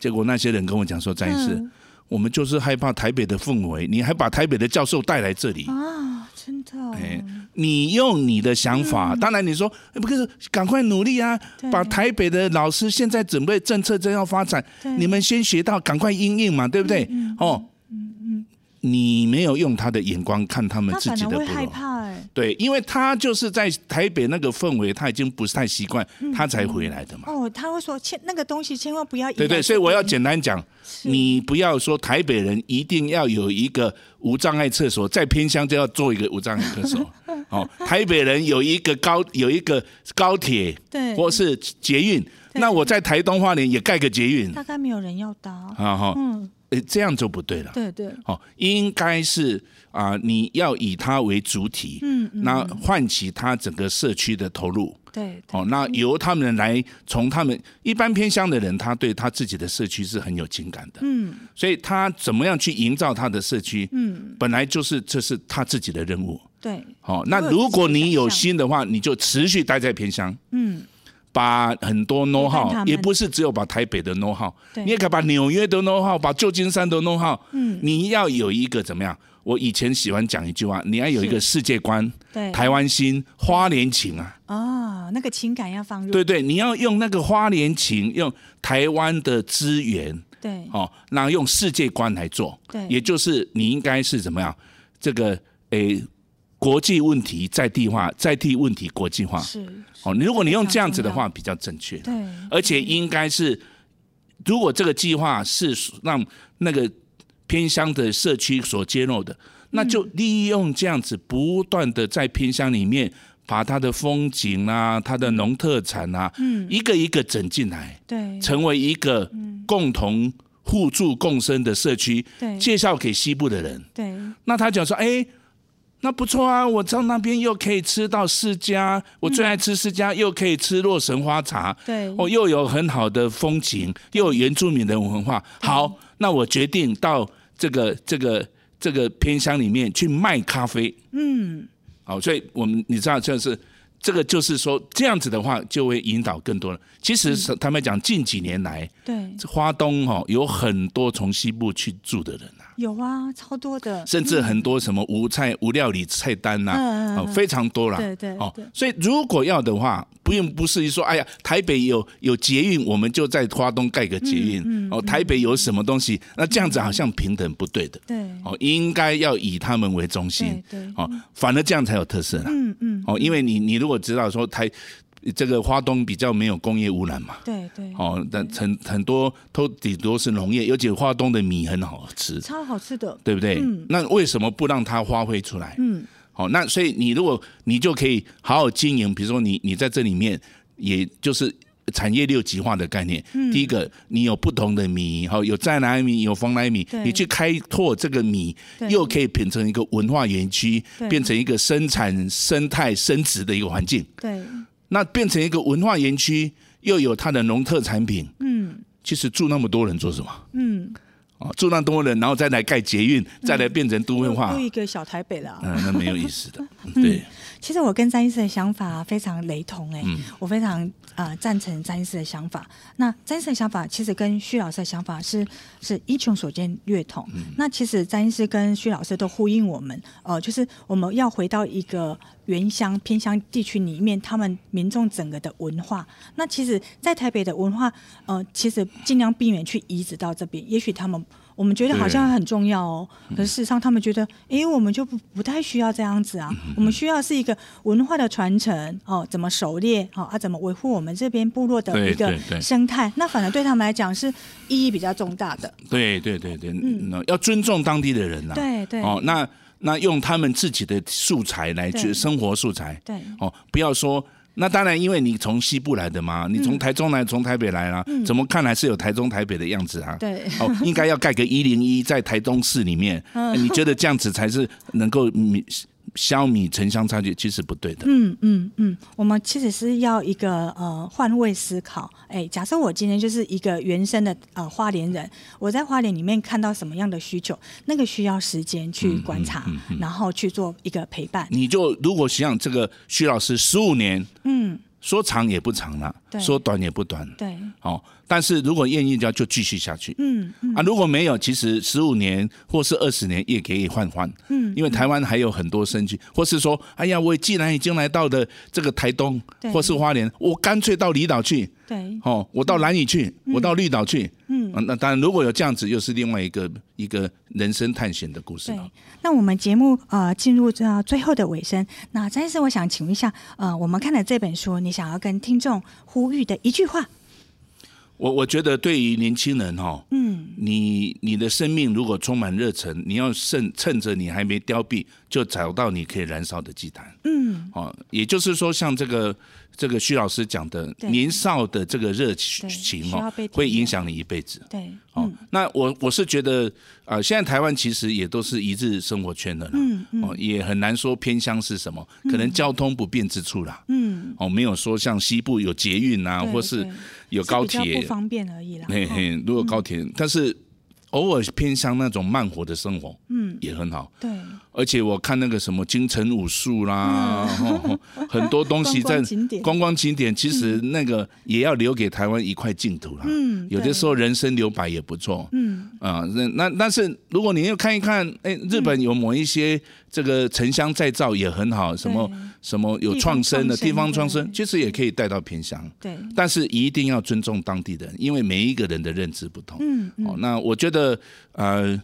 S1: 结果那些人跟我讲说，詹医师
S2: 嗯，
S1: 我们就是害怕台北的氛围，你还把台北的教授带来这里。
S2: 啊，真的哦，
S1: 哎，你用你的想法，当然你说，哎不是赶快努力啊
S2: 嗯对！
S1: 把台北的老师现在准备政策正要发展
S2: 对，嗯
S1: 你们先学到，赶快应应嘛，对不对？哦，你没有用他的眼光看他们
S2: 他
S1: 自
S2: 反
S1: 己
S2: 而
S1: 的部
S2: 会害
S1: 落，
S2: 怕哎，
S1: 对，因为他就是在台北那个氛围，他已经不太习惯，
S2: 嗯
S1: 他才回来的嘛。
S2: 哦，他会说千那个东西千万不要移来这
S1: 对
S2: 边，
S1: 对，所以我要简单讲，
S2: 是
S1: 你不要说台北人一定要有一个无障碍厕所，在偏乡就要做一个无障碍厕 所。哦，台北人有一个高有一个高铁，
S2: 对
S1: 或是捷运，那我在台东花莲也盖个捷运，
S2: 大概没有人要搭，
S1: 啊哈，
S2: 嗯，
S1: 诶这样就不对了。
S2: 对对，
S1: 哦，应该是啊、你要以它为主体，
S2: 嗯嗯
S1: 那唤起它整个社区的投入。
S2: 对对
S1: 哦，那由他们来从他们一般偏乡的人，他对他自己的社区是很有情感的，
S2: 嗯，
S1: 所以他怎么样去营造他的社区，嗯，本来就是这是他自己的任务，
S2: 对，
S1: 好、那如果你有心的话，你就持续待在偏乡，
S2: 嗯，
S1: 把很多 know
S2: 陪伴他
S1: how，
S2: 们
S1: 也不是只有把台北的 know how，
S2: 对
S1: 你也可以把纽约的 know how，把旧金山的 know how，
S2: 嗯
S1: 你要有一个怎么样？我以前喜欢讲一句话，你要有一个世界观，
S2: 对，
S1: 台湾心，花莲情啊，
S2: 啊、那个情感要放入，
S1: 对对，你要用那个花莲情，用台湾的资源，
S2: 对
S1: 哦，那用世界观来做，
S2: 对
S1: 也就是你应该是怎么样？这个诶，国际问题在地化，在地问题国际化。
S2: 是，
S1: 哦，如果你用
S2: 非常
S1: 这样子的
S2: 重要
S1: 话，比较正确。
S2: 对，
S1: 而且应该是，如果这个计划是让那个偏乡的社区所揭露的，那就利用这样子不断的在偏乡里面把它的风景啊、它的农特产啊，
S2: 嗯，
S1: 一个一个整进来，
S2: 对，
S1: 成为一个共同互助共生的社区，
S2: 对，
S1: 介绍给西部的人。
S2: 对，
S1: 那他讲说，哎、那不错啊，我到那边又可以吃到释迦，我最爱吃释迦，又可以吃洛神花茶，
S2: 嗯对，
S1: 哦，又有很好的风景，又有原住民的文化。好，那我决定到这个这个这个偏乡里面去卖咖啡。
S2: 嗯，
S1: 好，所以我们你知道，就是这个，就是说这样子的话，就会引导更多人。其实
S2: 嗯
S1: 是坦白讲，近几年来，
S2: 对，
S1: 花东哦有很多从西部去住的人啊，
S2: 有啊，超多的，
S1: 甚至很多什么无菜无料理菜单呐、
S2: 嗯嗯嗯
S1: 哦，非常多啦。
S2: 对对
S1: 哦
S2: 对，
S1: 所以如果要的话，不用不是说，哎呀，台北有有捷运，我们就在花东盖个捷
S2: 嗯
S1: 运。哦，台北有什么东西？那这样子好像平等不对的。
S2: 对，
S1: 哦，应该要以他们为中心
S2: 对。嗯对，
S1: 哦，反而这样才有特色啦。
S2: 嗯嗯，
S1: 哦，因为你你如果知道说台这个花东比较没有工业污染嘛，
S2: 对对，
S1: 哦，但很很多都顶多是农业，尤其花东的米很好吃，
S2: 超好吃的，
S1: 对不对？那为什么不让它发挥出来？
S2: 嗯，
S1: 好、那所以你如果你就可以好好经营，比如说你你在这里面，也就是产业六级化的概念。
S2: 嗯
S1: 第一个，你有不同的米，好、有在南米，有防南米
S2: 对，
S1: 你去开拓这个米，
S2: 对
S1: 又可以变成一个文化园区
S2: 对，
S1: 变成一个生产、生态、升值的一个环境。
S2: 对，
S1: 那变成一个文化园区，又有它的农特产品，
S2: 嗯
S1: 其实住那么多人做什么？
S2: 嗯，
S1: 啊，住那么多人，然后再来盖捷运，再来变成都会化
S2: 又，一嗯个小台北了。
S1: 嗯，那没有意 思的。对，
S2: 其实我跟詹医师的想法非常雷同哎、我非常啊赞成詹医师的想法。那詹医师的想法其实跟徐老师的想法是是英雄所见略同。那其实詹医师跟徐老师都呼应我们，呃，就是我们要回到一个原乡偏乡地区里面，他们民众整个的文化。那其实，在台北的文化，呃，其实尽量避免去移植到这边。也许他们我们觉得好像
S1: 对
S2: 很重要哦，
S1: 嗯
S2: 可是事实上他们觉得，诶，我们就不不太需要这样子啊，
S1: 嗯
S2: 我们需要是一个文化的传承哦，怎么狩猎哦啊，怎么维护我们这边部落的
S1: 对
S2: 一个
S1: 对对
S2: 生态，那反而对他们来讲是意义比较重大的。
S1: 对对对对，嗯，要尊重当地的人呐、
S2: 对对
S1: 哦，那那用他们自己的素材来
S2: 对
S1: 去生活素材，
S2: 对
S1: 哦，不要说。那当然，因为你从西部来的嘛，你
S2: 嗯
S1: 从台中来，从台北来啦、怎么看还是有台中、台北的样子啊。
S2: 对
S1: 哦， 应该要盖个一零一在台中市里面，
S2: 嗯
S1: 哎你觉得这样子才是能够米消弭城乡差距？其实不对的。
S2: 嗯嗯嗯，我们其实是要一个呃换位思考。哎，假设我今天就是一个原生的呃花莲人，我在花莲里面看到什么样的需求，那个需要时间
S1: 嗯
S2: 去观察，然后去做一个陪伴。
S1: 你就如果想这个徐老师十五年，
S2: 嗯，
S1: 说长也不长了、
S2: 对
S1: 说短也不短，
S2: 对，
S1: 哦，但是如果愿意就要就继续下去。
S2: 嗯嗯
S1: 啊，如果没有，其实十五年或是二十年也可以换换，嗯，因为台湾还有很多生机，或是说，哎呀，我既然已经来到了这个台东
S2: 对
S1: 或是花莲，我干脆到离岛去，
S2: 对，
S1: 哦，我到兰屿去，我到绿岛去，嗯、啊，那当然，如果有这样子，又是另外一个一个人生探险的故事啊
S2: 对
S1: 了。，
S2: 那我们节目呃进入到最后的尾声，那詹医师，我想请问一下，呃，我们看了这本书，你想要跟听众呼吁的一句话？
S1: 我我觉得对于年轻人哈、哦，
S2: 嗯，
S1: 你你的生命如果充满热忱，你要趁趁着你还没凋敝，就找到你可以燃烧的祭坛。
S2: 嗯，
S1: 哦，也就是说，像这个这个徐老师讲的，
S2: 对
S1: 年少的这个热
S2: 对
S1: 情
S2: 需要
S1: 哦
S2: 被，
S1: 会
S2: 提醒
S1: 影响你一辈子。
S2: 对，
S1: 哦，那我我是觉得，呃，现在台湾其实也都是一致生活圈的啦，
S2: 嗯嗯
S1: 哦，也很难说偏乡是什么，可能交通不便之处啦，
S2: 嗯，
S1: 哦，没有说像西部有捷运啊，
S2: 对
S1: 或是
S2: 对
S1: 有
S2: 是
S1: 高
S2: 比较
S1: 铁
S2: 不，方便而已啦。
S1: 嘿
S2: 哦
S1: 嘿，如果高铁，但是偶尔偏向那种慢活的生活，嗯嗯，也很好。
S2: 对，
S1: 而且我看那个什么京城武术啦，哦很多东西在
S2: 嗯观光景点
S1: 观光景点，其实那个也要留给台湾一块净土啦。
S2: 嗯
S1: 有的
S2: 对
S1: 时候人生留白也不错。
S2: 嗯
S1: 啊、那那但是如果你要看一看，哎，日本有某一些这个城乡再造也很好，什么
S2: 嗯对
S1: 什么有
S2: 地方
S1: 创生的
S2: 创生
S1: 地方创
S2: 对
S1: 生，其实也可以带到偏乡。
S2: 对，
S1: 但是一定要尊重当地人，因为每一个人的认知不同。
S2: 嗯嗯
S1: 哦，那我觉得呃，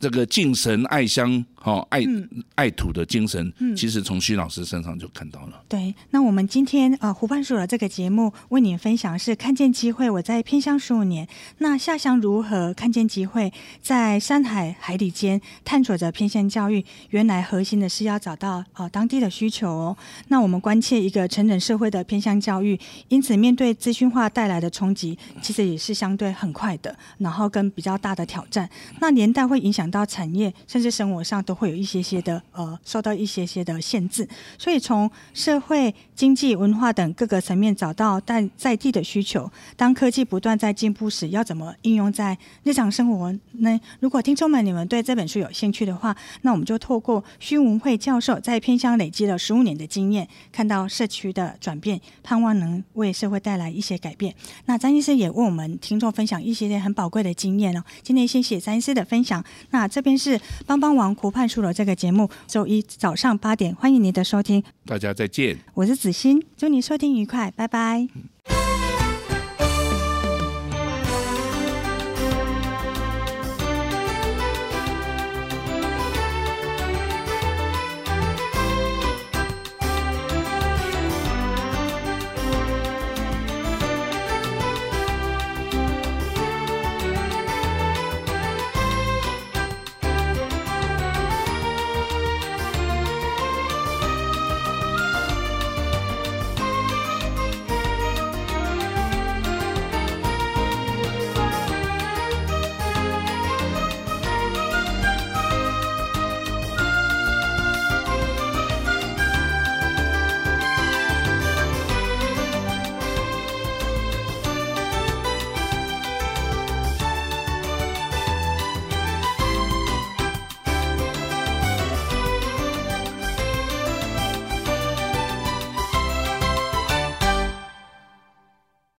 S1: 这个敬神爱乡，哦，爱、
S2: 嗯
S1: 爱土的精神，其实从徐老师身上就看到了。
S2: 对，那我们今天呃湖畔书的这个节目为您分享是看见机会，我在偏乡十五年，那下乡如何看见机会，在山海海里间探索着偏乡教育，原来核心的是要找到呃当地的需求哦。那我们关切一个成人社会的偏乡教育，因此面对资讯化带来的冲击，其实也是相对很快的，然后跟比较大的挑战，那连带会影响到产业，甚至生活上都会有一些些的呃受到一些些的限制。所以从社会、经济、文化等各个层面找到在在地的需求。当科技不断在进步时，要怎么应用在日常生活呢？如果听众们你们对这本书有兴趣的话，那我们就透过徐文慧教授在偏乡累积了十五年的经验，看到社区的转变，盼望能为社会带来一些改变。那詹医师也为我们听众分享一些很宝贵的经验哦。今天谢谢詹医师的分享。那这边是帮帮王湖畔书楼这个节目，周一早上八点，欢迎您的收听。
S1: 大家再见。
S2: 我是子欣，祝你收听愉快，拜拜。